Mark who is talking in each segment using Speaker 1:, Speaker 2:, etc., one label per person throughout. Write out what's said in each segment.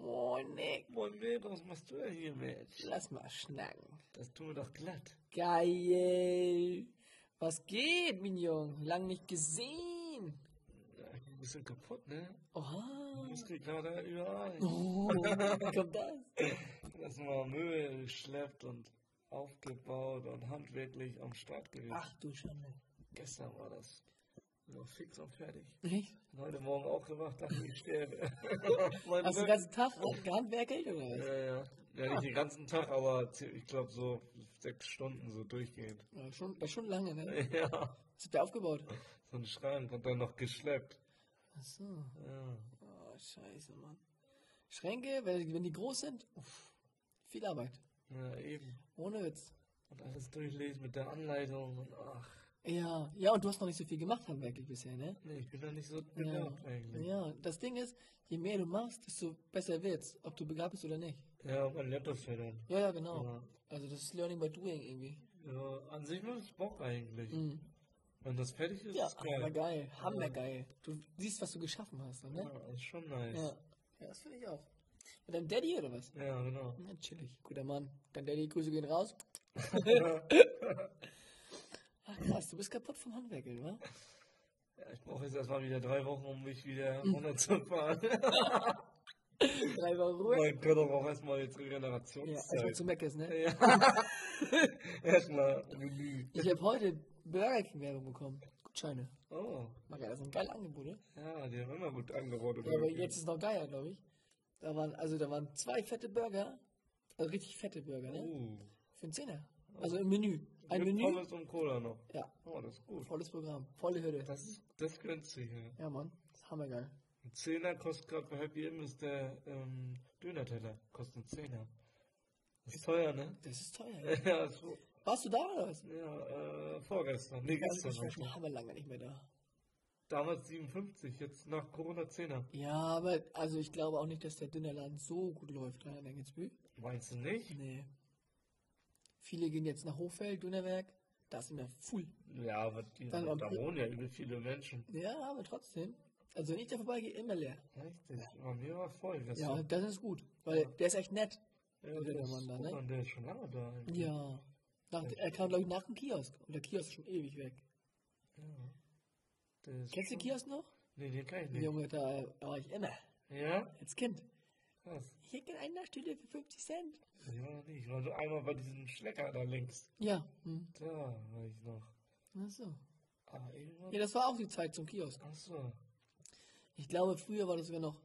Speaker 1: Moin Mick,
Speaker 2: Moin Matt, was machst du denn hier, Matt?
Speaker 1: lass mal schnacken.
Speaker 2: Das tun wir doch glatt.
Speaker 1: Geil. Was geht, Mignon? Lang nicht gesehen.
Speaker 2: Ja, ich bin ein bisschen kaputt, ne?
Speaker 1: Oha.
Speaker 2: Muskelkater überall.
Speaker 1: Oh, wie kommt das?
Speaker 2: Das war Müll geschleppt und aufgebaut und handwerklich am Start gewesen.
Speaker 1: Ach du Schande.
Speaker 2: gestern war das. Noch fix und fertig.
Speaker 1: Echt?
Speaker 2: Und heute Morgen auch gemacht, dachte ich, ich sterbe. Mein
Speaker 1: Hast du den
Speaker 2: Rücken.
Speaker 1: ganzen Tag gehandwerkelt oder was?
Speaker 2: ja, ja. ja, nicht den ganzen Tag, aber zie- ich glaube so sechs Stunden so durchgehend.
Speaker 1: Ja, schon, das ist schon lange, ne?
Speaker 2: Ja,
Speaker 1: Was habt ihr aufgebaut?
Speaker 2: so ein Schrank und dann noch geschleppt.
Speaker 1: Ach so.
Speaker 2: Ja.
Speaker 1: Oh, scheiße, Mann. Schränke, wenn, wenn die groß sind, uff, viel Arbeit.
Speaker 2: Ja, eben.
Speaker 1: Ohne Witz.
Speaker 2: Und alles durchlesen mit der Anleitung und ach.
Speaker 1: Ja, ja, und du hast noch nicht so viel gemacht handwerklich bisher, ne?
Speaker 2: Nee, ich bin da nicht so begabt eigentlich.
Speaker 1: Genau. ja, das Ding ist, je mehr du machst, desto besser wird's, ob du begabt bist oder nicht.
Speaker 2: Ja, mein Laptop fällt an.
Speaker 1: Ja, ja, genau.
Speaker 2: Ja.
Speaker 1: Also das ist Learning by Doing irgendwie.
Speaker 2: Ja, an sich macht es Bock eigentlich.
Speaker 1: Mhm.
Speaker 2: Wenn das fertig ist,
Speaker 1: Ja,
Speaker 2: ist geil.
Speaker 1: hammergeil, hammergeil. Du siehst, was du geschaffen hast, ne?
Speaker 2: Ja, ist schon nice.
Speaker 1: Ja, ja das finde ich auch. Mit deinem Daddy oder was?
Speaker 2: Ja, genau.
Speaker 1: Ja, chillig. Guter Mann. Dein Daddy, Grüße gehen raus. Ach krass, du bist kaputt vom Handwerkeln, wa?
Speaker 2: Ja, ich brauche jetzt erstmal wieder drei Wochen, um mich
Speaker 1: Mhm.
Speaker 2: wieder runterzufahren.
Speaker 1: Drei Wochen Ruhe.
Speaker 2: mein Gott, aber auch erstmal jetzt
Speaker 1: Ja, erstmal
Speaker 2: Regenerationszeit.
Speaker 1: zu Meckes, ne?
Speaker 2: erstmal Menü.
Speaker 1: Ich habe heute Burger King Werbung bekommen. Gutscheine.
Speaker 2: Oh,
Speaker 1: Mega, das sind geile Angebote.
Speaker 2: ja, die haben immer gut angeboten.
Speaker 1: Ja, aber jetzt ist noch geiler, glaube ich. Da waren, also da waren zwei fette Burger, also richtig fette Burger, ne?
Speaker 2: Uh,
Speaker 1: Für einen Zehner. Also im Menü. Ein
Speaker 2: mit
Speaker 1: Menü.
Speaker 2: Pommes und Cola noch.
Speaker 1: Ja,
Speaker 2: Oh, das ist gut.
Speaker 1: volles Programm, volle Hürde.
Speaker 2: Das ist, das ist günstig, ja.
Speaker 1: Ja, Mann, ist hammergeil.
Speaker 2: Ein Zehner kostet gerade bei Happy End ist der ähm, Döner-Teller. Kostet einen Zehner. Ist teuer, ne?
Speaker 1: Das ist teuer.
Speaker 2: ja, so,
Speaker 1: Warst du da oder was?
Speaker 2: ja äh, vorgestern. Nee,
Speaker 1: Also,
Speaker 2: gestern.
Speaker 1: ich war
Speaker 2: noch.
Speaker 1: schon hammerlange nicht mehr da.
Speaker 2: Damals 57, jetzt nach Corona 10er.
Speaker 1: Ja, aber also ich glaube auch nicht, dass der Dönerladen so gut läuft da in Engelsbü.
Speaker 2: Meinst du nicht?
Speaker 1: Nee. Viele gehen jetzt nach Hochfeld, Dönerwerk. Da sind wir full.
Speaker 2: Ja, aber die,
Speaker 1: Dann am-
Speaker 2: da wohnen ja übel viele Menschen.
Speaker 1: Ja, aber trotzdem. Also wenn ich da vorbeigehe, immer leer.
Speaker 2: Richtig. Bei mir war voll. Das
Speaker 1: Ja, das ist gut. Weil der ist echt nett.
Speaker 2: ja,
Speaker 1: der
Speaker 2: das,
Speaker 1: Mann da,
Speaker 2: guck
Speaker 1: ne?
Speaker 2: mal, der ist schon lange da. eigentlich.
Speaker 1: Ja. Nach, er kam, glaube ich, nach dem Kiosk. Und der Kiosk ist schon ewig weg.
Speaker 2: Ja. Der ist
Speaker 1: Kennst du den
Speaker 2: schon-
Speaker 1: Kiosk noch?
Speaker 2: Nee, den kann ich nicht.
Speaker 1: Junge, da war ich immer.
Speaker 2: Ja?
Speaker 1: Als Kind.
Speaker 2: Krass.
Speaker 1: Hier geht eine Stühle für 50 Cent.
Speaker 2: Ja, nee, ich war nur einmal bei diesem Schlecker da links.
Speaker 1: Ja. Hm.
Speaker 2: Da war ich noch.
Speaker 1: Ach so.
Speaker 2: Ah, irgendwann?
Speaker 1: Ja, das war auch die Zeit zum Kiosk.
Speaker 2: Achso.
Speaker 1: Ich glaube, früher war das sogar noch.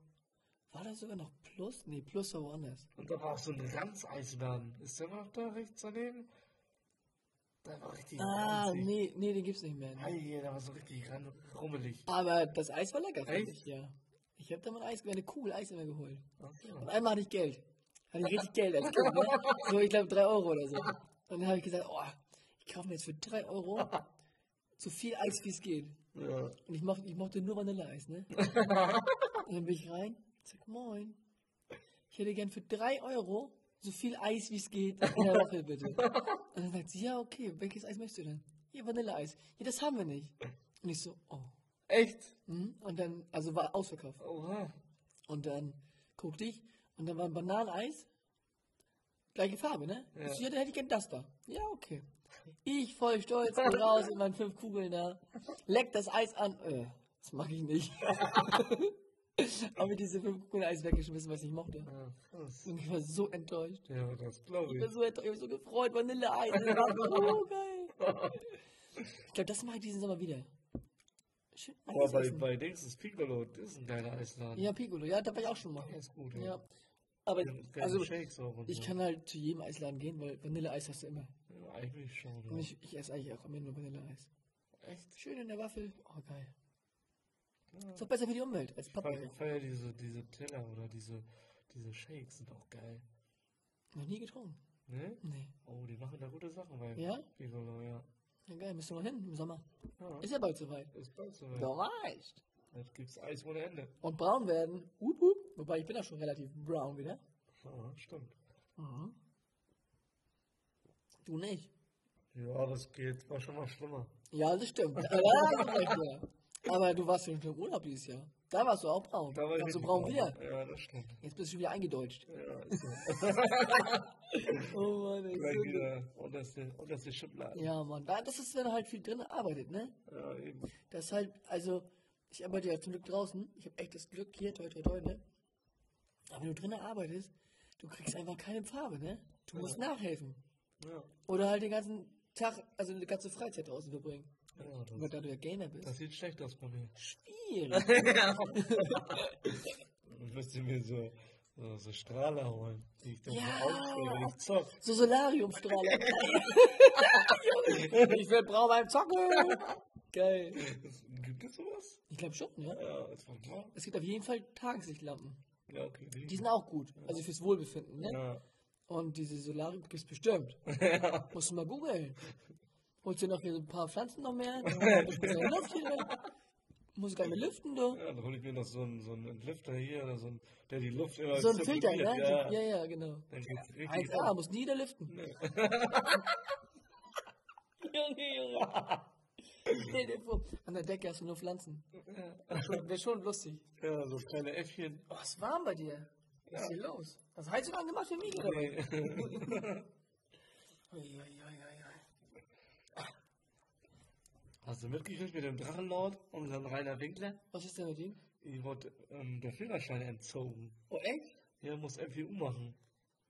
Speaker 1: War das sogar noch Plus? Nee, Plus war woanders.
Speaker 2: Und da war auch so ein Ranzeisladen. Ist der noch da rechts daneben? Da war richtig
Speaker 1: Ah,
Speaker 2: ranzig.
Speaker 1: nee, nee, den gibt's nicht mehr.
Speaker 2: Ei, hier, da war so richtig ran rummelig.
Speaker 1: Aber das Eis war lecker, fand
Speaker 2: Echt?
Speaker 1: ich, ja. Ich hab da mal Eis, eine Kugel Eis immer geholt.
Speaker 2: Achso.
Speaker 1: Und einmal hatte ich Geld. Hatte ich richtig Geld als Kind, ne? So, ich glaube, 3 Euro oder so. Und dann habe ich gesagt, oh, ich kaufe mir jetzt für 3 Euro so viel Eis, wie es geht.
Speaker 2: Ja.
Speaker 1: Und ich mochte, ich mochte nur Vanilleeis, ne? Und dann bin ich rein, sag, moin. Ich hätte gern für 3 Euro so viel Eis, wie es geht, in der Waffel bitte. Und dann sagt sie, ja, okay, welches Eis möchtest du denn? Ja, Vanilleeis. Ja, das haben wir nicht. Und ich so, oh.
Speaker 2: Echt?
Speaker 1: Mhm. Und dann, also war ausverkauft.
Speaker 2: Oha.
Speaker 1: Und dann guckte ich und dann war ein Bananeis. Gleiche Farbe, ne?
Speaker 2: Ja.
Speaker 1: Ich so, ja, dann hätte ich gern das da. Ja, okay. Ich voll stolz, geh raus mit meinen fünf Kugeln da. Leck das Eis an. Äh, das mag ich nicht. Habe ich diese fünf Kugeln Eis weggeschmissen, was ich mochte.
Speaker 2: Ja, krass.
Speaker 1: Und ich war so enttäuscht.
Speaker 2: Ja, das glaube
Speaker 1: Ich war
Speaker 2: ich.
Speaker 1: so enttäuscht, ich war so gefreut, Vanilleeis. Das war so oh, geil. Ich glaube, das mache ich diesen Sommer wieder. Schön
Speaker 2: Aber
Speaker 1: Eis
Speaker 2: bei,
Speaker 1: essen.
Speaker 2: bei Dings ist Piccolo, das ist ein geiler Eisladen.
Speaker 1: Ja, Piccolo, ja, da war ich auch schon mal.
Speaker 2: Der ist gut,
Speaker 1: Ja. Aber
Speaker 2: Der
Speaker 1: also,
Speaker 2: also, Shakes auch und
Speaker 1: ich
Speaker 2: so.
Speaker 1: kann halt zu jedem Eisladen gehen, weil Vanilleeis hast du immer.
Speaker 2: Ja, eigentlich schon.
Speaker 1: Und
Speaker 2: Ja.
Speaker 1: ich, ich esse eigentlich auch immer nur Vanilleeis.
Speaker 2: Echt?
Speaker 1: Schön in der Waffel. Oh, geil.
Speaker 2: Ja.
Speaker 1: Ist doch besser für die Umwelt als
Speaker 2: Ich feier-
Speaker 1: Paprika.
Speaker 2: Ich feier diese, diese Teller oder diese, diese Shakes sind auch geil.
Speaker 1: Noch nie getrunken.
Speaker 2: Ne?
Speaker 1: Nee.
Speaker 2: Oh, die machen da gute Sachen bei
Speaker 1: Ja?
Speaker 2: Piccolo, ja.
Speaker 1: Ja, geil. Müssen wir noch hin im Sommer.
Speaker 2: ja.
Speaker 1: Ist ja bald soweit.
Speaker 2: Ist bald soweit. Ja.
Speaker 1: Gereicht.
Speaker 2: Jetzt gibt's Eis ohne Ende.
Speaker 1: Und braun werden. Up, up. Wobei ich bin auch schon relativ brown wieder.
Speaker 2: Ja, stimmt.
Speaker 1: Mhm. Du nicht.
Speaker 2: Ja, das geht. War schon mal schlimmer.
Speaker 1: Ja, das stimmt. Aber da hast du recht, ja. Aber du warst ja im Urlaub dieses Jahr. Da warst du auch braun.
Speaker 2: Da war
Speaker 1: warst
Speaker 2: ich
Speaker 1: du
Speaker 2: richtig
Speaker 1: braun
Speaker 2: braun.
Speaker 1: wieder.
Speaker 2: Ja, das stimmt.
Speaker 1: Jetzt bist du wieder eingedeutscht.
Speaker 2: Ja, ist so.
Speaker 1: Oh Mann, ey.
Speaker 2: Gleich wieder unterste, unterste Schublade.
Speaker 1: Ja, Mann. Da- Das ist, wenn er halt viel drin arbeitet, ne?
Speaker 2: Ja, eben.
Speaker 1: Das ist halt, also, ich arbeite ja zum Glück draußen. Ich habe echt das Glück hier, toi, toi, toi, ne? Aber wenn du drinnen arbeitest, du kriegst einfach keine Farbe, ne? Du musst nachhelfen.
Speaker 2: Ja,
Speaker 1: Oder halt den ganzen Tag, also die ganze Freizeit draußen verbringen.
Speaker 2: ja
Speaker 1: Aber
Speaker 2: das,
Speaker 1: da du ja Gamer bist.
Speaker 2: das sieht schlecht aus bei mir.
Speaker 1: schwierig.
Speaker 2: Ich müsste mir so, so, so Strahler holen, die ich dann
Speaker 1: Ja.
Speaker 2: so aufstehe, wenn ich zock.
Speaker 1: So Solariumstrahler. ich werde braun beim Zocken. Geil.
Speaker 2: Gibt es sowas?
Speaker 1: Ich glaube schon, ja.
Speaker 2: Ja, ist von Braun.
Speaker 1: Es gibt auf jeden Fall Tageslichtlampen.
Speaker 2: Ja, okay. Die,
Speaker 1: Die sind auch gut. Also fürs Wohlbefinden, ne?
Speaker 2: ja.
Speaker 1: Und diese Solarium gibt's bestimmt. Musst du mal googeln. Holst dir noch hier so ein paar Pflanzen noch mehr? dann ein bisschen mehr Luft hier drin. Muss gar nicht mehr lüften, du.
Speaker 2: ja, dann hole ich mir noch so einen, so einen Entlüfter hier, oder so einen, der die Luft immer
Speaker 1: So ein Filter, ne?
Speaker 2: zirkuliert. Ja,
Speaker 1: Ja, ja, genau.
Speaker 2: Dann geht's richtig
Speaker 1: 1A, muss nie wieder lüften. Junge, Junge. Stell dir vor, an der Decke hast du nur Pflanzen. Wäre schon lustig.
Speaker 2: Ja, so kleine Äffchen.
Speaker 1: Oh, ist warm bei dir. Was ist hier los? Hast du Heizung angemacht für mich, oder? was?
Speaker 2: Nee.
Speaker 1: Ui, ui, ui, ui.
Speaker 2: Hast du mitgekriegt mit dem Drachenlord, unseren Rainer Winkler?
Speaker 1: Was ist denn mit ihm?
Speaker 2: Ihm wurde ähm, der Führerschein entzogen.
Speaker 1: Oh, echt?
Speaker 2: Er muss MPU machen,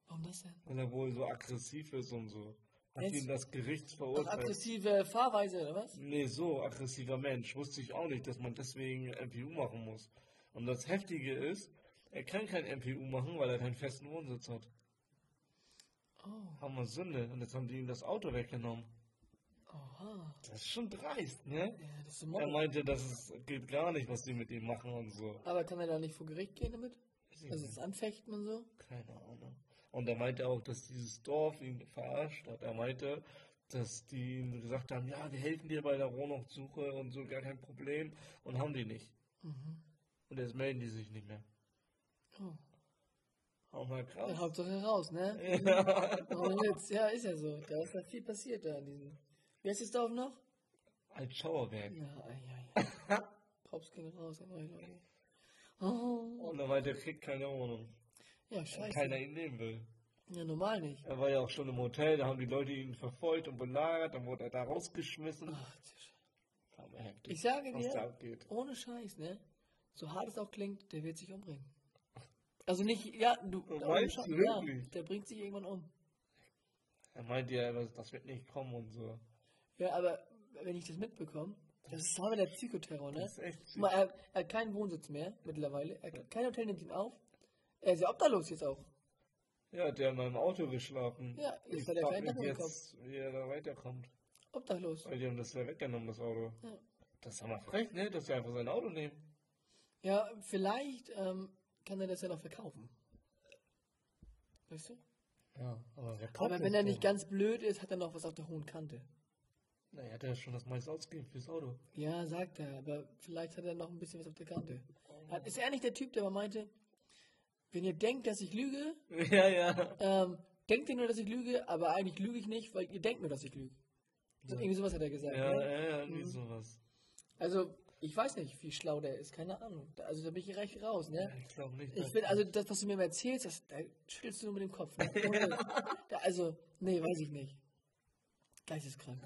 Speaker 1: Warum das denn?
Speaker 2: weil er wohl so aggressiv ist und so. Hat
Speaker 1: Jetzt?
Speaker 2: ihn das Gericht
Speaker 1: Doch
Speaker 2: verurteilt.
Speaker 1: aggressive Fahrweise, oder was?
Speaker 2: Nee, so aggressiver Mensch. Wusste ich auch nicht, dass man deswegen MPU machen muss. Und das Heftige ist, er kann kein MPU machen, weil er keinen festen Wohnsitz hat.
Speaker 1: Oh,
Speaker 2: Haben wir Sünde. Und jetzt haben die ihm das Auto weggenommen.
Speaker 1: oha.
Speaker 2: Das ist schon dreist, ne?
Speaker 1: Ja, das ist
Speaker 2: Er
Speaker 1: ein
Speaker 2: meinte, das ist, geht gar nicht, was die mit ihm machen und so.
Speaker 1: Aber kann er da nicht vor Gericht gehen damit?
Speaker 2: Weiß ich
Speaker 1: Also
Speaker 2: nicht.
Speaker 1: das Anfechten und so?
Speaker 2: Keine Ahnung. Und er meinte auch, dass dieses Dorf ihn verarscht hat. Er meinte, dass die ihm gesagt haben, ja, wir helfen dir bei der Wohnungssuche und so, gar kein Problem. Und haben die nicht.
Speaker 1: Mhm.
Speaker 2: Und jetzt melden die sich nicht mehr.
Speaker 1: Oh.
Speaker 2: Auch mal
Speaker 1: Ja,
Speaker 2: krass.
Speaker 1: Hauptsache raus, ne? Warum jetzt? Ja, ist ja so. Da ist ja viel passiert da in diesem. Wie heißt das Dorf noch?
Speaker 2: Als Schauerberg.
Speaker 1: Ja, ei, ei, ei. Pops gehen raus, aber ich glaube nicht. Oh.
Speaker 2: Und er meinte, er kriegt keine Wohnung.
Speaker 1: Ja,
Speaker 2: Weil
Speaker 1: scheiße.
Speaker 2: keiner ihn nehmen will.
Speaker 1: Ja, normal nicht.
Speaker 2: Er war ja auch schon im Hotel, da haben die Leute ihn verfolgt und belagert, dann wurde er da rausgeschmissen.
Speaker 1: Ach, du Scheiße.
Speaker 2: Aber heftig,
Speaker 1: Ich sage
Speaker 2: was da
Speaker 1: dir,
Speaker 2: abgeht.
Speaker 1: ohne Scheiß, ne? So hart es auch klingt, der wird sich umbringen. Also nicht, ja, du,
Speaker 2: Du
Speaker 1: ohne
Speaker 2: meinst
Speaker 1: Scheiß,
Speaker 2: wirklich?
Speaker 1: der bringt sich irgendwann um.
Speaker 2: Er meinte ja, das das wird nicht kommen und so.
Speaker 1: Ja, aber wenn ich das mitbekomme, das ist voll der Psychoterror, ne?
Speaker 2: Das ist echt
Speaker 1: Guck Mal, er, er hat keinen Wohnsitz mehr mittlerweile. Er, Kein Hotel nimmt ihn auf. Er ist ja obdachlos jetzt auch.
Speaker 2: Ja, der in meinem Auto geschlafen.
Speaker 1: Ja, jetzt
Speaker 2: ich
Speaker 1: hat er
Speaker 2: frag
Speaker 1: keinen
Speaker 2: mich
Speaker 1: Dach im
Speaker 2: jetzt, wie er da weiterkommt.
Speaker 1: Obdachlos.
Speaker 2: Weil die haben das ja weggenommen, das Auto.
Speaker 1: Ja.
Speaker 2: Das ist aber frech, ne? Dass sie einfach sein Auto nehmen.
Speaker 1: Ja, vielleicht ähm, kann er das ja noch verkaufen. Weißt du?
Speaker 2: Ja, aber wer kauft
Speaker 1: Aber wenn er nicht ganz blöd ist, hat er noch was auf der hohen Kante.
Speaker 2: Na, er hat ja schon das meiste ausgegeben fürs Auto.
Speaker 1: Ja, sagt er, aber vielleicht hat er noch ein bisschen was auf der Kante.
Speaker 2: Oh.
Speaker 1: Hat- Ist er nicht der Typ, der mal meinte, wenn ihr denkt, dass ich lüge,
Speaker 2: ja, ja.
Speaker 1: ähm, denkt ihr nur, dass ich lüge, aber eigentlich lüge ich nicht, weil ihr denkt nur, dass ich lüge. So, Irgendwie sowas hat er gesagt.
Speaker 2: Ja,
Speaker 1: ne?
Speaker 2: ja, ja, irgendwie sowas.
Speaker 1: Also, ich weiß nicht, wie schlau der ist, keine Ahnung. Also, da bin ich recht raus, ne?
Speaker 2: Ich glaube nicht.
Speaker 1: Ich
Speaker 2: dass-
Speaker 1: bin, also, das, was du mir immer erzählst, das, da schüttelst du nur mit dem Kopf. Ne? Ohne- da, also, nee, weiß ich nicht. Geisteskrank.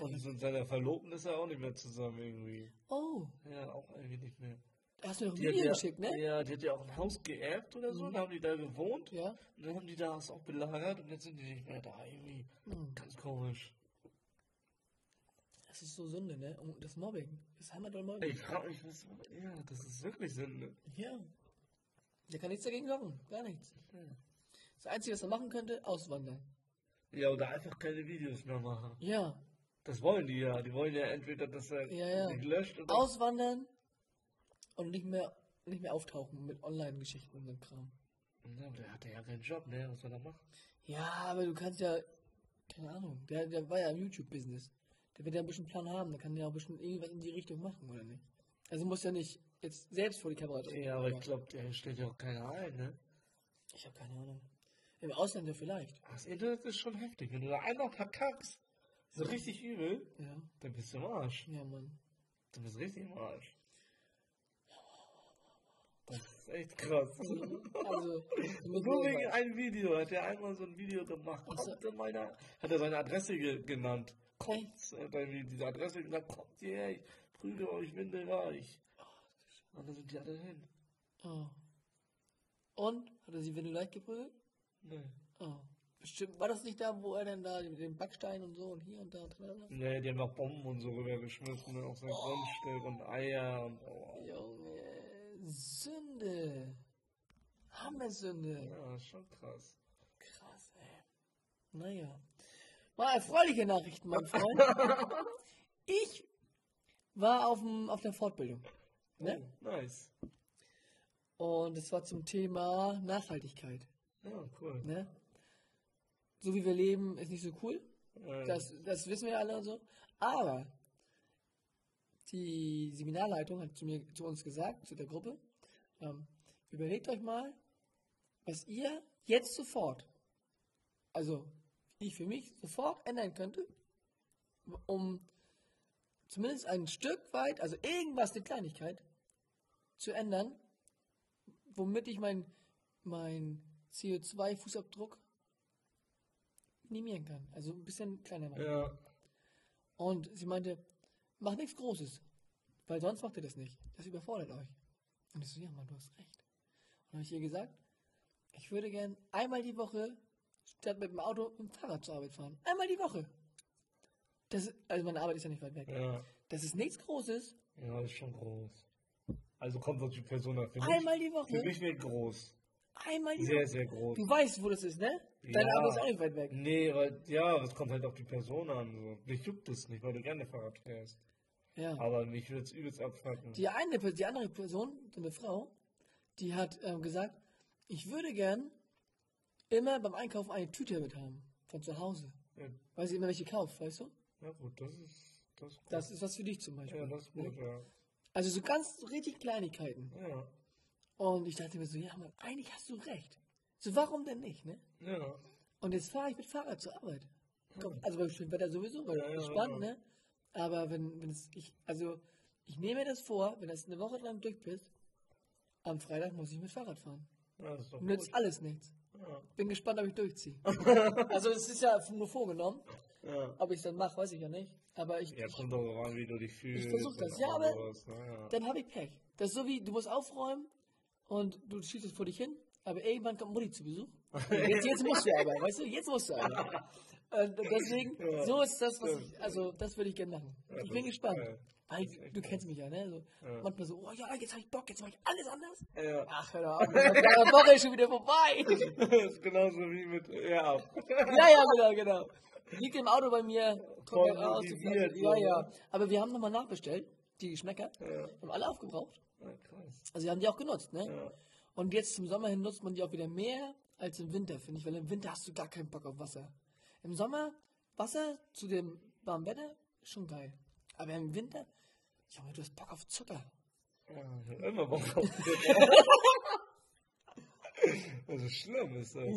Speaker 2: Und mit seiner Verlobten ist er auch nicht mehr zusammen irgendwie.
Speaker 1: Oh,
Speaker 2: Ja, auch irgendwie nicht mehr.
Speaker 1: da hast du mir noch ein
Speaker 2: Die hat
Speaker 1: Video
Speaker 2: ja-
Speaker 1: geschickt, ne? Mhm.
Speaker 2: Ja, die hat ja auch ein Haus geerbt oder so, da haben die da gewohnt.
Speaker 1: Ja.
Speaker 2: Und dann haben die das auch belagert und jetzt sind die nicht mehr da irgendwie.
Speaker 1: Mhm.
Speaker 2: Ganz komisch.
Speaker 1: Das ist so Sünde, ne? Und das Mobbing. Das Heimat und Mobbing.
Speaker 2: Ich frage mich, was. Ja, das ist wirklich Sinn. ne?
Speaker 1: Ja. Der kann nichts dagegen machen. Gar nichts. Das Einzige, was er machen könnte, auswandern.
Speaker 2: Ja, oder einfach keine Videos mehr machen.
Speaker 1: Ja.
Speaker 2: Das wollen die ja. Die wollen ja entweder, dass er
Speaker 1: Ja, ja.
Speaker 2: die gelöscht oder.
Speaker 1: Auswandern und nicht mehr, nicht mehr auftauchen mit Online-Geschichten und dem Kram.
Speaker 2: Na, aber der hatte ja keinen Job, ne? Was soll er machen?
Speaker 1: Ja, aber du kannst ja, keine Ahnung, der, der war ja im YouTube-Business. Der wird ja ein bisschen Plan haben, der kann ja auch ein bisschen irgendwas in die Richtung machen, oder nicht? Also muss ja nicht jetzt selbst vor die Kamera treten.
Speaker 2: Ja, aber ich glaube, der stellt ja auch keiner ein, ne?
Speaker 1: Ich habe keine Ahnung. Im Ausland ja vielleicht.
Speaker 2: Das Internet ist schon heftig. Wenn du da einmal verkackst, so richtig übel,
Speaker 1: Ja.
Speaker 2: dann bist du im Arsch.
Speaker 1: Ja, Mann.
Speaker 2: Du bist richtig im Arsch. Das ist echt krass.
Speaker 1: Also, damit
Speaker 2: Nur
Speaker 1: wir
Speaker 2: wegen
Speaker 1: mal-
Speaker 2: einem Video hat er einmal so ein Video gemacht.
Speaker 1: Ach so.
Speaker 2: Kommt in meiner, hat er seine Adresse ge genannt.
Speaker 1: Hey,
Speaker 2: Hat er mir diese Adresse gesagt, kommt hierher, ich prüge euch windelweich. Und dann sind die alle hin.
Speaker 1: oh. Und? Hat er sie wenn du leicht geprügelt?
Speaker 2: Nee.
Speaker 1: Oh. Bestimmt, war das nicht da, wo er dann da mit dem Backstein und so und hier und da und tralala?
Speaker 2: Nee, die haben auch Bomben und so rübergeschmissen auf sein Grundstück und Eier und oh.
Speaker 1: Junge, Sünde. Hammersünde.
Speaker 2: Ja, ist schon krass.
Speaker 1: Krass, ey. Naja. Mal erfreuliche Nachrichten, mein Freund. Ich war auf, dem, auf der Fortbildung. Ne?
Speaker 2: Oh, nice.
Speaker 1: Und es war zum Thema Nachhaltigkeit.
Speaker 2: Ja, cool.
Speaker 1: Ne? So wie wir leben, ist nicht so cool.
Speaker 2: Äh,
Speaker 1: Das, das wissen wir alle und so. Aber die Seminarleitung hat zu, mir, zu uns gesagt, zu der Gruppe, ähm, überlegt euch mal, was ihr jetzt sofort, also ich für mich sofort ändern könnte, um zumindest ein Stück weit, also irgendwas, eine Kleinigkeit, zu ändern, womit ich mein, mein CO2-Fußabdruck minimieren kann. Also ein bisschen kleiner machen.
Speaker 2: ja,
Speaker 1: Und sie meinte, mach nichts Großes, weil sonst macht ihr das nicht. Das überfordert euch. Und ich so, ja, Mann, du hast recht. Und habe ich ihr gesagt, ich würde gern einmal die Woche statt mit dem Auto mit dem Fahrrad zur Arbeit fahren. Einmal die Woche. Das, ist- also meine Arbeit ist ja nicht weit weg.
Speaker 2: ja.
Speaker 1: Das ist nichts Großes.
Speaker 2: Ja, ist schon groß. Also kommt auf die Person an. Für
Speaker 1: Einmal
Speaker 2: mich,
Speaker 1: die Woche.
Speaker 2: Für mich wird groß.
Speaker 1: Einmal die
Speaker 2: Sehr,
Speaker 1: Woche.
Speaker 2: sehr groß.
Speaker 1: Du weißt, wo das ist, ne? Deine
Speaker 2: Ja.
Speaker 1: Arbeit ist auch nicht weit weg.
Speaker 2: Nee, weil, ja, es kommt halt auf die Person an. So. Mich juckt es nicht, weil du gerne Fahrrad fährst.
Speaker 1: Ja.
Speaker 2: Aber mich würde es übelst abfacken.
Speaker 1: Die eine, Per- die andere Person, so eine Frau, die hat ähm, gesagt, ich würde gern immer beim Einkaufen eine Tüte mit haben von zu Hause,
Speaker 2: Ja,
Speaker 1: weil sie immer welche kauft, weißt du?
Speaker 2: na gut, das ist. Das ist gut.
Speaker 1: Das ist was für dich zum Beispiel.
Speaker 2: ja, das ist gut, ja.
Speaker 1: Also so ganz richtig Kleinigkeiten.
Speaker 2: Ja,
Speaker 1: Und ich dachte mir so, ja Mann, eigentlich hast du recht. So warum denn nicht, ne?
Speaker 2: ja.
Speaker 1: Und jetzt fahre ich mit Fahrrad zur Arbeit. Komm, also beim schönen Wetter sowieso, weil
Speaker 2: Ja, genau. ja,
Speaker 1: entspannt,
Speaker 2: ja.
Speaker 1: ne? Aber wenn, wenn es, ich, also ich nehme mir das vor, wenn das eine Woche lang durch bist, am Freitag muss ich mit Fahrrad fahren.
Speaker 2: ja das ist doch
Speaker 1: Nützt
Speaker 2: gut.
Speaker 1: alles nichts.
Speaker 2: Ja,
Speaker 1: Bin gespannt, ob ich durchziehe. also es ist ja nur vorgenommen.
Speaker 2: ja.
Speaker 1: Ob ich es dann mache, weiß ich ja nicht. Aber ich,
Speaker 2: ja, kommt doch drauf an, wie du dich fühlst.
Speaker 1: versuch
Speaker 2: und
Speaker 1: das, ja, aber-
Speaker 2: alles, ne, ja.
Speaker 1: dann habe ich Pech. Das ist so wie, du musst aufräumen und du schiebst es vor dich hin, aber irgendwann kommt Mutti zu Besuch. Jetzt, jetzt musst du aber, weißt du, jetzt musst du aber. Und deswegen,
Speaker 2: Ja.
Speaker 1: so ist das, was ich, also das würde ich gerne machen.
Speaker 2: Ja,
Speaker 1: ich
Speaker 2: das
Speaker 1: bin
Speaker 2: ist
Speaker 1: gespannt.
Speaker 2: geil.
Speaker 1: Weil
Speaker 2: Das ist echt
Speaker 1: du kennst mich ja, ne? So,
Speaker 2: Ja.
Speaker 1: Manchmal so, oh ja, jetzt habe ich Bock, jetzt mache ich alles anders.
Speaker 2: Ja.
Speaker 1: Ach, hör doch auf, die Woche ist schon wieder vorbei.
Speaker 2: das ist genauso wie mit. Ja,
Speaker 1: Ja, ja, genau, genau. Liegt im Auto bei mir.
Speaker 2: Voll
Speaker 1: Kommt raus.
Speaker 2: motiviert,
Speaker 1: ja,
Speaker 2: so. ne?
Speaker 1: ja. Aber wir haben nochmal nachbestellt, die Geschmäcker.
Speaker 2: Ja.
Speaker 1: Haben alle aufgebraucht.
Speaker 2: ja krass.
Speaker 1: Also wir haben die auch genutzt, ne?
Speaker 2: Ja.
Speaker 1: Und jetzt zum Sommer hin nutzt man die auch wieder mehr als im Winter, finde ich, weil im Winter hast du gar keinen Bock auf Wasser. Im Sommer Wasser zu dem warmen Wetter, schon geil. Aber im Winter, Junge, du hast Bock auf Zucker.
Speaker 2: Ja, ich hab immer Bock auf Also schlimm ist das.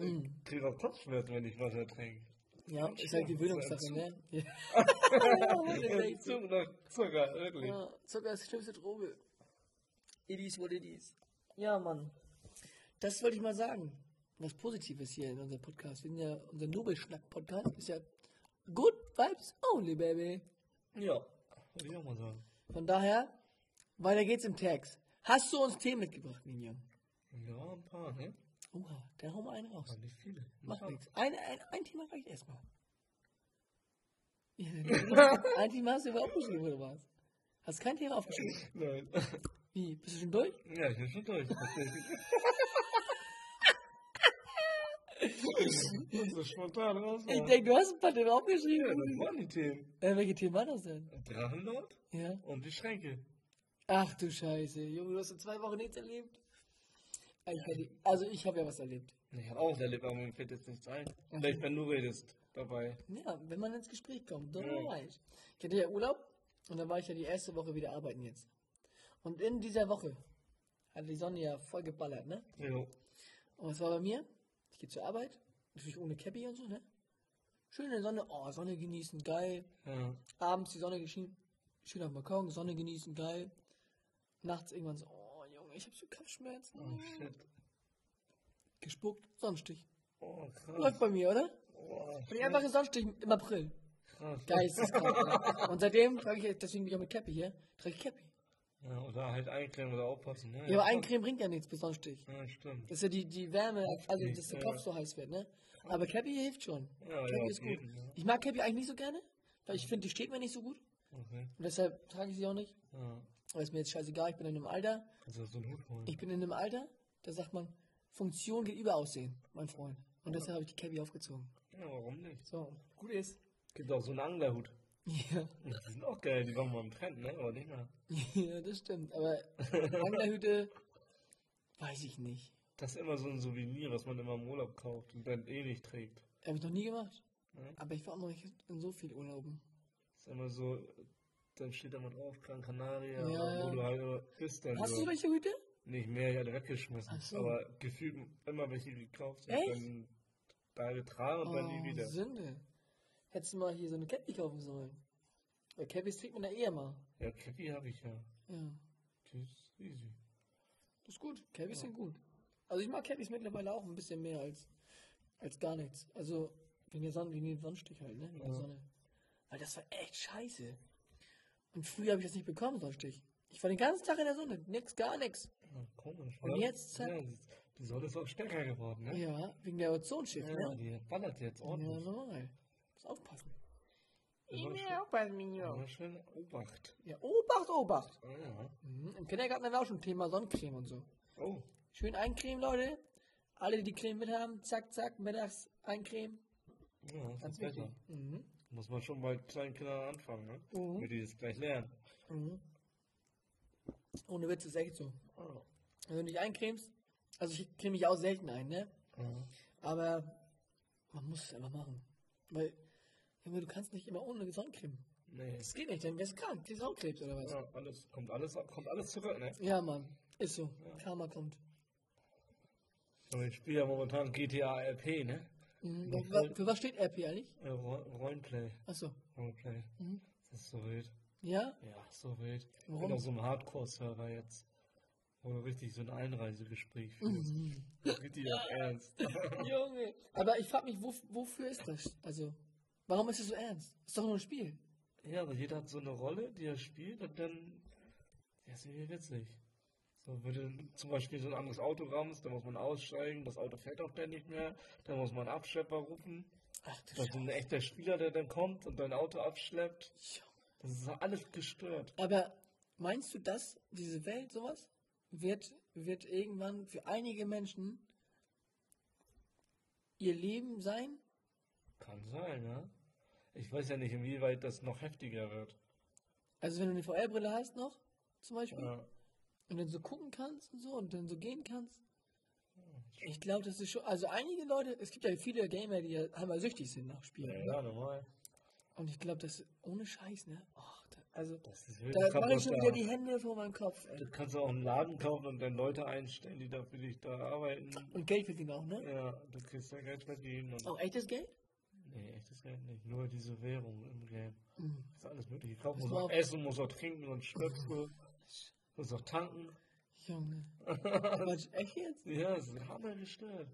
Speaker 2: Ich krieg auch Kopfschmerzen, wenn ich Wasser trinke.
Speaker 1: Ja, ist halt
Speaker 2: stimmt,
Speaker 1: Gewöhnungssache,
Speaker 2: ist
Speaker 1: ne? Ja. halt
Speaker 2: Ich suche nach Zucker, wirklich.
Speaker 1: Ja, Zucker ist die schlimmste Droge. It is what it is. Ja, Mann. Das wollte ich mal sagen. Was Positives hier in unserem Podcast. Wir sind ja, unser Nobelschnack-Podcast ist ja Good Vibes Only, Baby.
Speaker 2: Ja, würde ich auch mal sagen.
Speaker 1: Von daher, weiter geht's im Text. Hast du uns Themen mitgebracht, Minion?
Speaker 2: Ja, ein paar, ne?
Speaker 1: Oha, da hau mal einen raus.
Speaker 2: Aber nicht viele.
Speaker 1: Macht
Speaker 2: Ja.
Speaker 1: nichts. Ein, ein, ein Thema reicht erstmal. Ja, ein Thema hast du überhaupt aufgeschrieben, oder was? Hast kein Thema aufgeschrieben?
Speaker 2: Nein.
Speaker 1: Wie? Bist du schon durch?
Speaker 2: Ja, ich bin schon durch. das ist so spontan raus.
Speaker 1: Ich
Speaker 2: ja.
Speaker 1: denke, du hast ein paar Themen
Speaker 2: Ja,
Speaker 1: aufgeschrieben.
Speaker 2: das waren die Themen.
Speaker 1: Äh, welche Themen waren das denn?
Speaker 2: Drachenlord
Speaker 1: Ja.
Speaker 2: und die Schränke.
Speaker 1: Ach du Scheiße, Junge, du hast in zwei Wochen nichts erlebt. Ich hätte- Also ich habe ja was erlebt.
Speaker 2: Ich habe auch erlebt, aber mir fällt jetzt nichts ein. Vielleicht, wenn du redest dabei.
Speaker 1: Ja, wenn man ins Gespräch kommt, dann
Speaker 2: Ja.
Speaker 1: weiß. Ich hatte ja Urlaub und dann war ich ja die erste Woche wieder arbeiten jetzt. Und in dieser Woche hat die Sonne ja voll geballert, ne?
Speaker 2: Jo.
Speaker 1: Und was war bei mir? Ich gehe zur Arbeit, natürlich ohne Cappy und so, ne? Schön in der Sonne, oh, Sonne genießen, geil.
Speaker 2: Ja.
Speaker 1: Abends die Sonne geschienen, schön am Balkon, Sonne genießen, geil. Nachts irgendwann so, oh Junge, ich hab so Kopfschmerzen.
Speaker 2: Oh shit.
Speaker 1: Gespuckt, Sonnenstich.
Speaker 2: Oh krass.
Speaker 1: Läuft bei mir, oder?
Speaker 2: Oh,
Speaker 1: Und ich einfach einen Sonnenstich im April.
Speaker 2: krass.
Speaker 1: Geisteskrank. ne? Und seitdem trage ich, jetzt- deswegen bin ich auch mit Cappy hier, trage ich Cappy.
Speaker 2: Ja, oder halt eincremen oder aufpassen. Ne?
Speaker 1: Ja, aber Eincreme bringt ja nichts bis Sonnenstich.
Speaker 2: Ja, stimmt.
Speaker 1: Das ist ja die, die Wärme, also
Speaker 2: nicht,
Speaker 1: dass der
Speaker 2: ja.
Speaker 1: Kopf so heiß wird, ne? Aber Cappy hilft schon.
Speaker 2: Ja, ja,
Speaker 1: Cappy
Speaker 2: auf
Speaker 1: ist gut.
Speaker 2: jeden, ja. Mhm.
Speaker 1: Ich mag Cappy eigentlich nicht so gerne, weil ich finde, die steht mir nicht so gut.
Speaker 2: Okay.
Speaker 1: Und deshalb trage ich sie auch nicht.
Speaker 2: Ja.
Speaker 1: Aber ist mir jetzt scheißegal, ich bin in einem Alter.
Speaker 2: Kannst du so einen Hut holen?
Speaker 1: Ich bin in einem Alter, da sagt man, Funktion geht über Aussehen, mein Freund. Und deshalb habe ich die Cappy aufgezogen.
Speaker 2: Ja, warum nicht?
Speaker 1: So, gut ist.
Speaker 2: Gibt auch so einen Anglerhut.
Speaker 1: Ja,
Speaker 2: Die sind auch geil, die waren mal im Trend, ne? Aber nicht mehr.
Speaker 1: ja das stimmt. Aber Anglerhüte, weiß ich nicht.
Speaker 2: Das ist immer so ein Souvenir, was man immer im Urlaub kauft und dann eh nicht trägt.
Speaker 1: Habe ich noch nie gemacht.
Speaker 2: Ne?
Speaker 1: Aber ich war auch noch nicht in so viel Urlauben.
Speaker 2: Das ist immer so, dann steht da mal drauf, Gran Canaria,
Speaker 1: Ja,
Speaker 2: wo
Speaker 1: ja.
Speaker 2: du halt bist dann
Speaker 1: Hast
Speaker 2: so.
Speaker 1: du solche Hüte?
Speaker 2: Nicht mehr, ich hatte weggeschmissen.
Speaker 1: Ach so.
Speaker 2: Aber gefühlt immer welche gekauft und
Speaker 1: Echt?
Speaker 2: dann da getragen und dann nie wieder.
Speaker 1: Oh, Sünde. Hättest du mal hier so eine Cappy kaufen sollen. Weil Cappies trägt man ja eher mal.
Speaker 2: Ja, Cappy habe ich ja.
Speaker 1: Ja,
Speaker 2: Die ist easy.
Speaker 1: das ist gut. Cappies sind gut. Also ich mag Cappies mittlerweile auch ein bisschen mehr als, als gar nichts. Also wegen der Sonne, wegen dem Sonnenstich halt, ne? In der
Speaker 2: Ja.
Speaker 1: Sonne. Weil das war echt scheiße. Und früher habe ich das nicht bekommen, Sonnenstich. Ich war den ganzen Tag in der Sonne. Nix, gar nix.
Speaker 2: Ja, komisch.
Speaker 1: Und
Speaker 2: oder?
Speaker 1: jetzt zack.
Speaker 2: Ja, die- die Sonne ist auch stärker geworden, ne?
Speaker 1: Ja, wegen der Ozonschicht,
Speaker 2: Ja,
Speaker 1: ne?
Speaker 2: die ballert jetzt
Speaker 1: Ja,
Speaker 2: ordentlich.
Speaker 1: normal. Muss aufpassen.
Speaker 2: Immer schön-
Speaker 1: aufpassen, Mignon.
Speaker 2: immer schön Obacht.
Speaker 1: Ja, Obacht, Obacht.
Speaker 2: Ah, ja.
Speaker 1: Mhm. Im Kindergarten haben wir auch schon Thema Sonnencreme und so.
Speaker 2: Oh,
Speaker 1: Schön eincremen, Leute. Alle, die die Creme mit haben, zack, zack, mittags eincremen.
Speaker 2: ja, das
Speaker 1: Ganz
Speaker 2: ist besser.
Speaker 1: wichtig. Mhm.
Speaker 2: Muss man schon bei kleinen Kindern anfangen, ne?
Speaker 1: Mhm.
Speaker 2: Damit die das gleich lernen.
Speaker 1: Mhm. Ohne Witz ist echt so.
Speaker 2: Oh.
Speaker 1: Wenn du dich eincremst, also ich creme mich auch selten ein, ne?
Speaker 2: Ja.
Speaker 1: Aber man muss es einfach machen. Weil, Junge, du kannst nicht immer ohne Sonnencreme.
Speaker 2: Nee.
Speaker 1: Das geht nicht, dann wärst du krank. Kriegst Hautkrebs oder was?
Speaker 2: Ja, alles, kommt, alles, kommt alles zurück, ne?
Speaker 1: Ja, Mann. Ist so. Karma kommt.
Speaker 2: Aber ich spiele ja momentan GTA RP, ne?
Speaker 1: Mhm. Für, wa- für was steht RP eigentlich?
Speaker 2: Äh, Ro- Rollenplay.
Speaker 1: Achso.
Speaker 2: Roleplay.
Speaker 1: Mhm.
Speaker 2: Das ist so wild.
Speaker 1: Ja?
Speaker 2: Ja, so wild. Ich
Speaker 1: Warum?
Speaker 2: bin auf so einem Hardcore-Server jetzt. Wo du richtig so ein Einreisegespräch führst.
Speaker 1: Mhm.
Speaker 2: Richtig auf Ernst.
Speaker 1: Junge. Aber ich frage mich, wof- wofür ist das? Also, warum ist es so ernst? Ist doch nur ein Spiel.
Speaker 2: Ja, aber jeder hat so eine Rolle, die er spielt und dann. Ja, ist irgendwie witzig. So, wenn du zum Beispiel so ein anderes Auto rammst, dann muss man aussteigen, das Auto fährt auch dann nicht mehr, dann muss man einen Abschlepper rufen.
Speaker 1: Ach du
Speaker 2: Das ist ein echter Spieler, der dann kommt und dein Auto abschleppt.
Speaker 1: Scheiße.
Speaker 2: Das ist alles gestört.
Speaker 1: Aber meinst du, dass diese Welt, sowas, wird, wird irgendwann für einige Menschen ihr Leben sein?
Speaker 2: Kann sein, ne? Ich weiß ja nicht, inwieweit das noch heftiger wird.
Speaker 1: Also, wenn du eine VR-Brille hast noch, zum Beispiel,
Speaker 2: Ja,
Speaker 1: und dann so gucken kannst und so und dann so gehen kannst. Ich glaube, das ist schon. Also, einige Leute, es gibt ja viele Gamer, die ja einmal süchtig sind nach Spielen.
Speaker 2: ja,
Speaker 1: ne?
Speaker 2: ja normal.
Speaker 1: Und ich glaube, das ohne Scheiß, ne? Ach, da, also.
Speaker 2: Das ist wirklich
Speaker 1: Da mache ich schon wieder
Speaker 2: kaputt.
Speaker 1: die Hände vor meinem Kopf. Ey.
Speaker 2: Du kannst auch einen Laden kaufen und dann Leute einstellen, die da für dich da arbeiten.
Speaker 1: Und Geld verdienen auch, ne?
Speaker 2: Ja, du kriegst ja Geld verdienen und
Speaker 1: Auch echtes Geld?
Speaker 2: Nee, echtes Geld nicht. Nur diese Währung im Game.
Speaker 1: Mhm.
Speaker 2: Ist alles mögliche. Kaufen
Speaker 1: Pass
Speaker 2: muss
Speaker 1: mal
Speaker 2: auch
Speaker 1: auf.
Speaker 2: essen, muss auch trinken und schlöpfen. muss auch tanken.
Speaker 1: Junge. Quatsch, echt jetzt?
Speaker 2: Ja, das ist hammer gestört.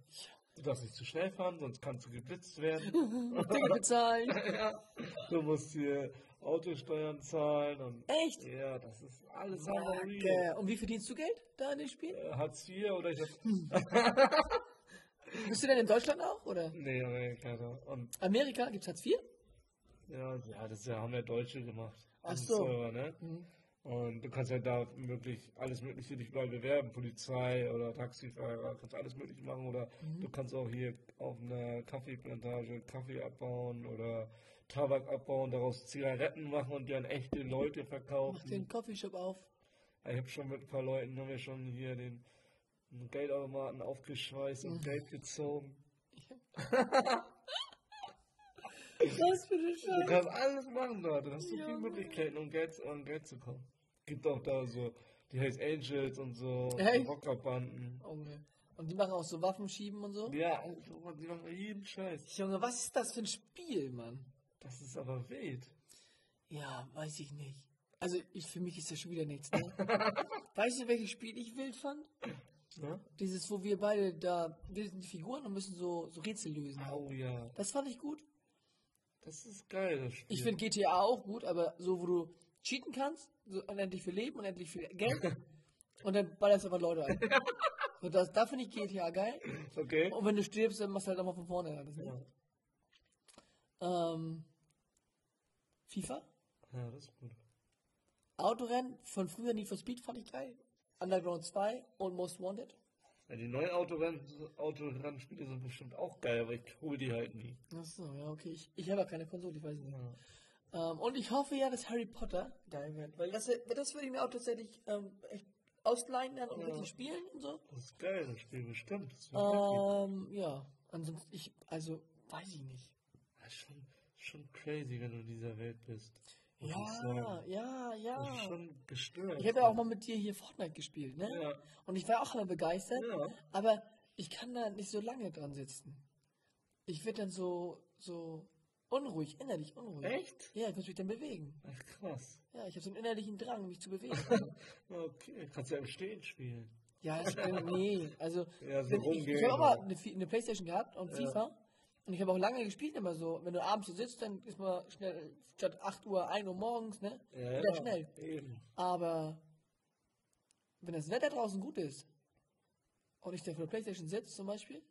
Speaker 2: Du darfst nicht zu schnell fahren, sonst kannst du geblitzt werden.
Speaker 1: Dinge bezahlen.
Speaker 2: Du musst hier Autosteuern zahlen und.
Speaker 1: Echt?
Speaker 2: Ja, das ist alles hammer. real.
Speaker 1: Danke. Und wie verdienst du Geld da in dem Spiel?
Speaker 2: Äh, Hartz IV oder ich hab.
Speaker 1: Bist du denn in Deutschland auch, oder?
Speaker 2: Nee, Amerika. da. Und
Speaker 1: Amerika? Gibt's Hartz IV?
Speaker 2: ja, ja, das ja, haben ja Deutsche gemacht.
Speaker 1: Ach
Speaker 2: Das ist
Speaker 1: so.
Speaker 2: Teurer, ne? Und du kannst ja da möglich alles Mögliche dich mal bewerben, Polizei oder Taxifahrer, kannst alles Mögliche machen. Oder
Speaker 1: Mhm.
Speaker 2: du kannst auch hier auf einer Kaffeeplantage Kaffee abbauen oder Tabak abbauen, daraus Zigaretten machen und die an echte Leute
Speaker 1: Mach den
Speaker 2: verkaufen.
Speaker 1: Coffeeshop auf.
Speaker 2: Ich habe schon mit ein paar Leuten, haben wir schon hier den Geldautomaten aufgeschweißt
Speaker 1: Mhm.
Speaker 2: und Geld gezogen.
Speaker 1: Was für eine
Speaker 2: Du
Speaker 1: Scheiße.
Speaker 2: kannst alles machen da, du hast so
Speaker 1: Ja.
Speaker 2: viele Möglichkeiten, um Geld, um Geld zu kommen. Gibt auch da so, die heißt Angels und so,
Speaker 1: Echt?
Speaker 2: Rockerbanden.
Speaker 1: Junge. Und die machen auch so Waffenschieben und so.
Speaker 2: Ja, also, Mann, die machen jeden Scheiß.
Speaker 1: Junge, was ist das für ein Spiel, Mann?
Speaker 2: Das ist aber wild.
Speaker 1: Ja, weiß ich nicht. Also ich, für mich ist das schon wieder nichts. Ne? weißt du, welches Spiel ich wild fand?
Speaker 2: Ne?
Speaker 1: Dieses, wo wir beide da, wir sind die Figuren und müssen so, so Rätsel lösen.
Speaker 2: Au ja.
Speaker 1: Das fand ich gut.
Speaker 2: Das ist geil, das Spiel.
Speaker 1: Ich finde GTA auch gut, aber so, wo du cheaten kannst, so unendlich viel Leben, unendlich viel Geld und dann ballerst du einfach Leute ein. So, das, da finde ich GTA geil.
Speaker 2: Okay.
Speaker 1: Und wenn du stirbst, dann machst du halt nochmal von vorne alles. Ne? Ähm, FIFA?
Speaker 2: Ja, das ist gut.
Speaker 1: Autorennen von früher Need for Speed fand ich geil. Underground 2 und Most Wanted.
Speaker 2: Ja, die neuen Autorennen- Autorennspiele sind bestimmt auch geil, aber ich hole die halt nie.
Speaker 1: Achso, ja, okay. Ich, ich habe ja keine Konsole, ich weiß nicht. Ähm, und ich hoffe ja, dass Harry Potter geil wird, weil das, das würde ich mir auch tatsächlich ähm, echt ausleihen dann und
Speaker 2: Ja.
Speaker 1: richtig spielen und so.
Speaker 2: Das ist geil, das Spiel bestimmt. Das wird heftig.
Speaker 1: Ähm, ja, ansonsten, ich, also, weiß ich nicht.
Speaker 2: Ja, schon, schon crazy, wenn du in dieser Welt bist. muss ich
Speaker 1: Ja,
Speaker 2: sagen.
Speaker 1: ja,
Speaker 2: Das ist
Speaker 1: ja.
Speaker 2: schon gestört.
Speaker 1: Ah. Ich habe ja auch mal mit dir hier Fortnite gespielt, ne?
Speaker 2: Ja,
Speaker 1: Und ich war auch immer begeistert,
Speaker 2: ja.
Speaker 1: aber ich kann da nicht so lange dran sitzen. Ich werde dann so, so unruhig, innerlich unruhig.
Speaker 2: Echt?
Speaker 1: Ja, ich muss mich dann bewegen.
Speaker 2: Ach, krass.
Speaker 1: Ja, ich habe so einen innerlichen Drang, mich zu bewegen.
Speaker 2: Ja, Okay, kannst ja im Stehen spielen.
Speaker 1: ja, ich bin, nee, also
Speaker 2: Ja, so
Speaker 1: wenn ich, ich
Speaker 2: rumgehen
Speaker 1: habe auch
Speaker 2: und-
Speaker 1: mal eine, Fi- eine Playstation gehabt und
Speaker 2: Ja.
Speaker 1: FIFA und ich habe auch lange gespielt immer so. Wenn du abends so sitzt, dann ist man schnell statt 8 Uhr 1 Uhr morgens, ne?
Speaker 2: Ja,
Speaker 1: Wieder schnell.
Speaker 2: Eben.
Speaker 1: Aber wenn das Wetter draußen gut ist und ich da vor der Playstation sitze zum Beispiel,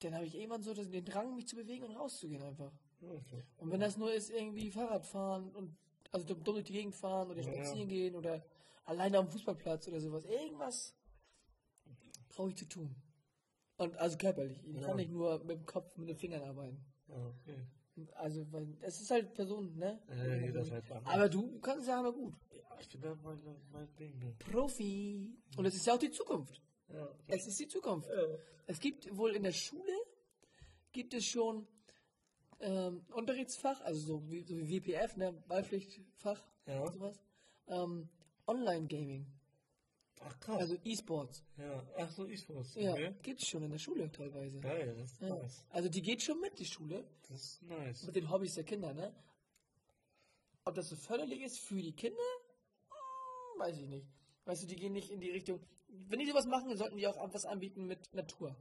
Speaker 1: dann habe ich irgendwann so das- den Drang, mich zu bewegen und rauszugehen einfach.
Speaker 2: Okay.
Speaker 1: Und wenn das nur ist, irgendwie Fahrrad fahren und also dumm durch die Gegend fahren oder
Speaker 2: Ja, ja.
Speaker 1: spazieren gehen oder alleine am Fußballplatz oder sowas, irgendwas brauche ich zu tun. Und also körperlich. Ich
Speaker 2: Ja.
Speaker 1: kann nicht nur mit dem Kopf, mit den Fingern arbeiten.
Speaker 2: Ja, Ah, okay.
Speaker 1: Also, weil es ist halt Personen, ne?
Speaker 2: Ja, jeder ist halt anders.
Speaker 1: Aber du kannst es ja aber gut.
Speaker 2: Ja, ich bin da mein, mein Ding. Ne?
Speaker 1: Profi. Und es ist ja auch die Zukunft.
Speaker 2: Ja.
Speaker 1: Es ist die Zukunft.
Speaker 2: Ja.
Speaker 1: Es gibt wohl in der Schule gibt es schon ähm, Unterrichtsfach, also so wie, so wie WPF, ne, Wahlpflichtfach,
Speaker 2: Ja.
Speaker 1: und sowas. Ähm, Online-Gaming,
Speaker 2: Ach, krass.
Speaker 1: also E-Sports.
Speaker 2: ja. Ach so, ich muss.
Speaker 1: Ja,
Speaker 2: Okay.
Speaker 1: gibt's schon in der Schule teilweise.
Speaker 2: Geil, das ist
Speaker 1: Ja.
Speaker 2: nice.
Speaker 1: Also die geht schon mit, die Schule,
Speaker 2: Das ist nice.
Speaker 1: mit den Hobbys der Kinder, ne? Ob das so förderlich ist für die Kinder, Hm, weiß ich nicht. Weißt du, die gehen nicht in die Richtung. Wenn die sowas machen, sollten die auch was anbieten mit Natur.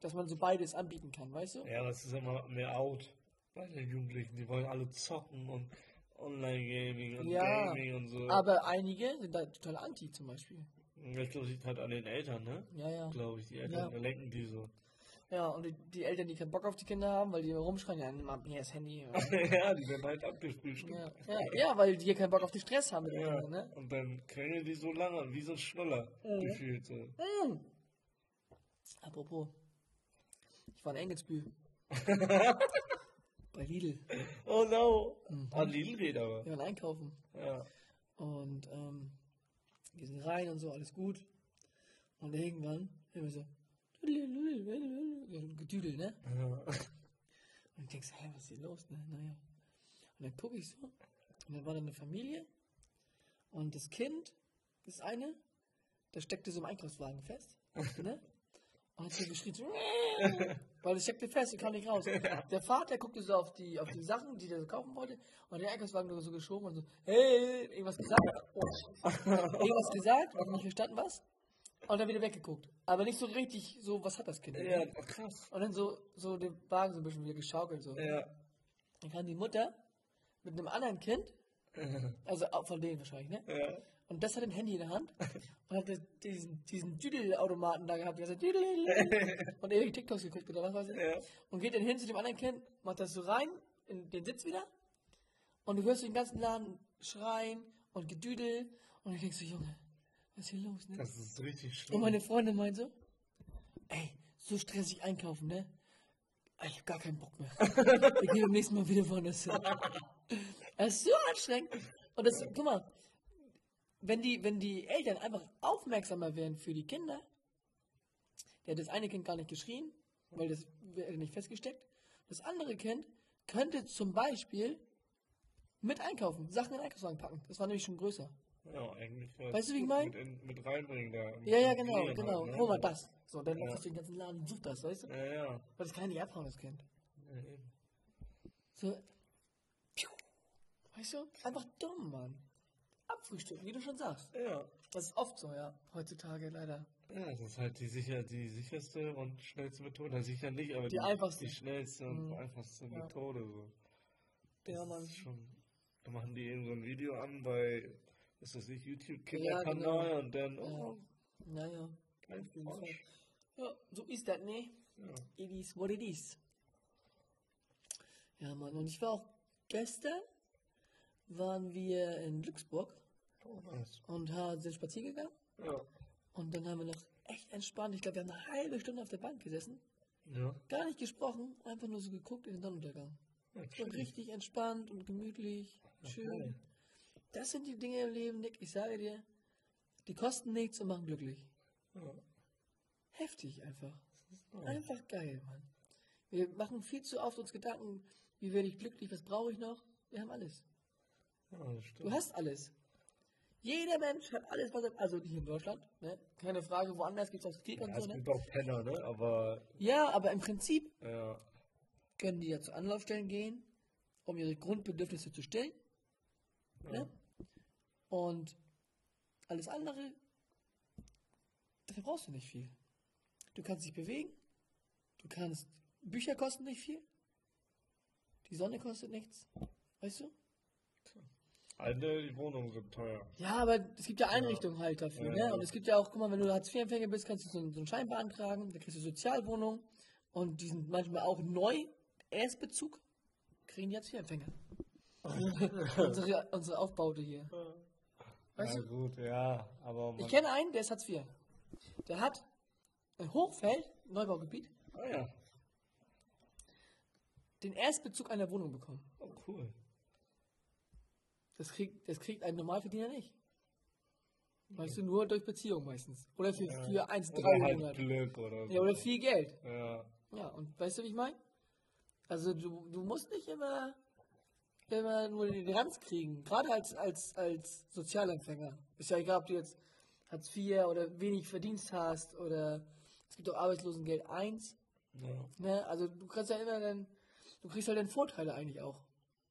Speaker 1: Dass man so beides anbieten kann, weißt du?
Speaker 2: Ja, aber es ist immer mehr out bei den Jugendlichen. Die wollen alle zocken und Online-Gaming und
Speaker 1: Ja,
Speaker 2: Gaming und so.
Speaker 1: Aber einige sind da total anti zum Beispiel.
Speaker 2: ich glaube, liegt halt an den Eltern, ne?
Speaker 1: Ja, ja.
Speaker 2: Glaube ich, die
Speaker 1: Ja.
Speaker 2: Eltern lenken die so.
Speaker 1: Ja, und die, die Eltern, die keinen Bock auf die Kinder haben, weil die immer rumschreien, ja, nimm ab mir das Handy. oder-
Speaker 2: ja, die werden halt abgefrühstückt.
Speaker 1: ja, ja, ja, weil die keinen Bock auf den Stress haben mit den
Speaker 2: Ja,
Speaker 1: Kindern, ne?
Speaker 2: und dann krängeln die so lange, wie so ein Schnuller
Speaker 1: Mhm.
Speaker 2: gefühlt. So.
Speaker 1: Mm. Apropos. Ich war in Engelsbühl. Bei Lidl.
Speaker 2: Oh no!
Speaker 1: Mhm.
Speaker 2: Ah, Lidl geht aber.
Speaker 1: Wir waren einkaufen.
Speaker 2: Ja.
Speaker 1: Und ähm, wir sind rein und so, alles gut. Und irgendwann immer so Gedüdel, ne?
Speaker 2: Ja.
Speaker 1: Und ich denke so, hä, was ist hier los? Ne? Naja. Und dann gucke ich so. Und dann war da eine Familie. Und das Kind, das eine, das steckte so im Einkaufswagen fest. ne? Und hat so geschrien, so, weil das steckte fest und kam nicht raus. Der Vater guckte so auf die, auf die Sachen, die der so kaufen wollte. Und der Einkaufswagen so geschoben und so, hey, irgendwas gesagt. Oh, Scheiße. irgendwas gesagt, hat nicht verstanden was. Und dann wieder weggeguckt. Aber nicht so richtig, so, was hat das Kind?
Speaker 2: Ja, ach, krass.
Speaker 1: Und dann so, so den Wagen so ein bisschen wieder geschaukelt. So.
Speaker 2: Ja.
Speaker 1: Dann kam die Mutter mit einem anderen Kind, also auch von denen wahrscheinlich, ne?
Speaker 2: Ja.
Speaker 1: Und das hat ein Handy in der Hand und hat das- diesen, diesen Düdelautomaten da gehabt. Der hat so Düdel und ewig TikToks geguckt oder was weiß ich.
Speaker 2: Ja.
Speaker 1: Und geht dann hin zu dem anderen Kind, macht das so rein, in den Sitz wieder. Und du hörst den ganzen Laden schreien und Gedüdel. Und ich denk so, Junge, was ist hier los, ne?
Speaker 2: Das ist richtig schlimm.
Speaker 1: Und meine Freundin meint so, ey, so stressig einkaufen, ne? Ich hab gar keinen Bock mehr. Wir gehen beim nächsten Mal wieder woanders hin. Das ist so anstrengend. Und das, guck mal, wenn die, wenn die Eltern einfach aufmerksamer wären für die Kinder, der hat das eine Kind gar nicht geschrien, weil das wäre nicht festgesteckt. Das andere Kind könnte zum Beispiel mit einkaufen, Sachen in den Einkaufswagen packen. Das war nämlich schon größer.
Speaker 2: Ja, eigentlich. äh,
Speaker 1: Weißt du, wie ich
Speaker 2: gut
Speaker 1: mein?
Speaker 2: Mit, in, mit reinbringen da. mit
Speaker 1: Ja, ja,
Speaker 2: integrieren
Speaker 1: genau,
Speaker 2: halt,
Speaker 1: genau.
Speaker 2: ne?
Speaker 1: Hol mal das. So, dann
Speaker 2: Ja.
Speaker 1: machst du den ganzen Laden, such das, weißt du?
Speaker 2: Ja, ja.
Speaker 1: Weil das kann ja nicht abhauen, das Kind.
Speaker 2: Ja, eben.
Speaker 1: So. Piu. Weißt du? Einfach dumm, Mann. Abfrühstücken, wie du schon sagst.
Speaker 2: ja.
Speaker 1: Das ist oft so, ja. Heutzutage leider.
Speaker 2: Ja, das ist halt die, sicher, die sicherste und schnellste Methode. Na, sicher nicht, aber
Speaker 1: Die einfachste.
Speaker 2: Die schnellste und
Speaker 1: Mhm.
Speaker 2: einfachste
Speaker 1: Ja.
Speaker 2: Methode. So.
Speaker 1: Ja,
Speaker 2: Das
Speaker 1: Mann.
Speaker 2: ist schon. Da machen die eben so ein Video an bei, ist das nicht,
Speaker 1: Ja,
Speaker 2: YouTube-Kinderkanal
Speaker 1: genau.
Speaker 2: und dann, oh,
Speaker 1: Naja.
Speaker 2: ein
Speaker 1: jeden Fall.
Speaker 2: Frosch.
Speaker 1: Ja, so ist das, ne?
Speaker 2: Ja.
Speaker 1: It is what it is. Ja, Mann. Und ich war auch gestern, waren wir in Glücksburg
Speaker 2: Oh, nice.
Speaker 1: und ha- sind spazieren gegangen.
Speaker 2: Ja.
Speaker 1: Und dann haben wir noch echt entspannt. Ich glaube, wir haben eine halbe Stunde auf der Bank gesessen.
Speaker 2: Ja.
Speaker 1: Gar nicht gesprochen, einfach nur so geguckt in den Sonnenuntergang.
Speaker 2: ja
Speaker 1: So richtig entspannt und gemütlich, schön. Das sind die Dinge im Leben, Nick. Ich sage dir, die kosten nichts und machen glücklich.
Speaker 2: Ja.
Speaker 1: Heftig einfach.
Speaker 2: Ja.
Speaker 1: Einfach geil, Mann. Wir machen viel zu oft uns Gedanken, wie werde ich glücklich, was brauche ich noch? Wir haben alles.
Speaker 2: Ja, das
Speaker 1: Du
Speaker 2: stimmt.
Speaker 1: hast alles. Jeder Mensch hat alles, was er. Also nicht in Deutschland, ne? Keine Frage, woanders gibt es auch Krieg
Speaker 2: Ja,
Speaker 1: und so,
Speaker 2: es
Speaker 1: ne?
Speaker 2: gibt auch Penner, ne? Aber, äh,
Speaker 1: Ja, aber im Prinzip
Speaker 2: ja.
Speaker 1: können die ja zu Anlaufstellen gehen, um ihre Grundbedürfnisse zu stillen.
Speaker 2: Ja.
Speaker 1: Ne? Und alles andere, dafür brauchst du nicht viel. Du kannst dich bewegen, du kannst, Bücher kosten nicht viel, die Sonne kostet nichts, weißt du?
Speaker 2: Alle, die Wohnungen sind teuer.
Speaker 1: Ja, aber es gibt ja Einrichtungen halt dafür,
Speaker 2: Ja,
Speaker 1: ne?
Speaker 2: ja.
Speaker 1: Und es gibt ja auch, guck mal, wenn du Hartz-IV-Empfänger bist, kannst du so einen, so einen Schein beantragen, dann kriegst du Sozialwohnung und die sind manchmal auch neu, Erstbezug, kriegen die Hartz-IV-Empfänger. unsere, unsere Aufbaute hier. Weißt
Speaker 2: ja,
Speaker 1: du?
Speaker 2: gut, ja. Aber man,
Speaker 1: Ich kenne einen, der ist Hartz IV. Der hat ein Hochfeld, Neubaugebiet,
Speaker 2: Ah, ja.
Speaker 1: den Erstbezug einer Wohnung bekommen.
Speaker 2: Oh, cool.
Speaker 1: Das kriegt, das kriegt ein Normalverdiener nicht. Weißt du, nur durch Beziehung meistens. Oder für, für 1,3
Speaker 2: Oder
Speaker 1: im
Speaker 2: halt
Speaker 1: Monat.
Speaker 2: Glück oder so.
Speaker 1: Ja, oder viel Geld.
Speaker 2: Ja.
Speaker 1: Ja, und weißt du, wie ich meine? Also du, du musst nicht immer, immer nur den Ranz kriegen. Gerade als, als, als Sozialempfänger. Ist ja egal, ob du jetzt Hartz IV oder wenig Verdienst hast oder es gibt auch Arbeitslosengeld 1.
Speaker 2: ja.
Speaker 1: Ne? Also du kannst ja immer dann, du kriegst halt dann Vorteile eigentlich auch.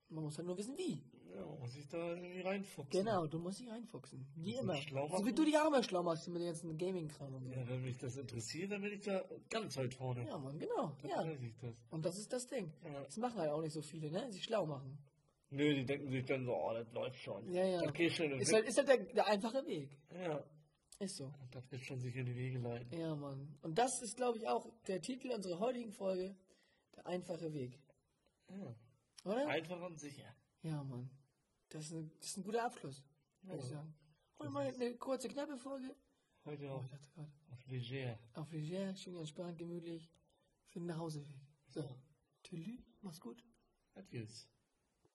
Speaker 1: Man muss halt nur wissen, wie.
Speaker 2: Ja, man muss ich da irgendwie reinfuchsen.
Speaker 1: Genau, du musst dich reinfuchsen. Wie
Speaker 2: Muss
Speaker 1: immer.
Speaker 2: mich schlau
Speaker 1: So wie
Speaker 2: machen.
Speaker 1: du dich auch immer schlau machst mit dem ganzen Gaming-Kram und so.
Speaker 2: Ja, wenn mich das interessiert, dann bin ich da ganz weit vorne.
Speaker 1: Ja, Mann, genau.
Speaker 2: Dann
Speaker 1: Ja.
Speaker 2: weiß ich das.
Speaker 1: Und das ist das Ding.
Speaker 2: Ja.
Speaker 1: Das machen halt auch nicht so viele, ne? Sich schlau machen.
Speaker 2: Nö, die denken sich dann so, oh, das läuft schon.
Speaker 1: Ja, ja.
Speaker 2: Das geht schon. in
Speaker 1: Ist halt, ist halt der, der einfache Weg.
Speaker 2: ja,
Speaker 1: Ist so.
Speaker 2: das wird schon sich in die Wege leiten.
Speaker 1: Ja, Mann. Und das ist, glaube ich, auch der Titel unserer heutigen Folge. Der einfache Weg. Hm.
Speaker 2: Ja.
Speaker 1: Oder?
Speaker 2: Einfach und sicher.
Speaker 1: ja, Mann. Das ist, ein, das ist ein guter Abschluss, würde ich
Speaker 2: Ja.
Speaker 1: sagen. Und mal eine kurze, knappe Folge.
Speaker 2: Heute
Speaker 1: Oh,
Speaker 2: auf,
Speaker 1: ich dachte gerade.
Speaker 2: auf Leger.
Speaker 1: Auf leger, schön entspannt, gemütlich. Für den Nachhauseweg. So. Tüdelü, mach's gut.
Speaker 2: Adios.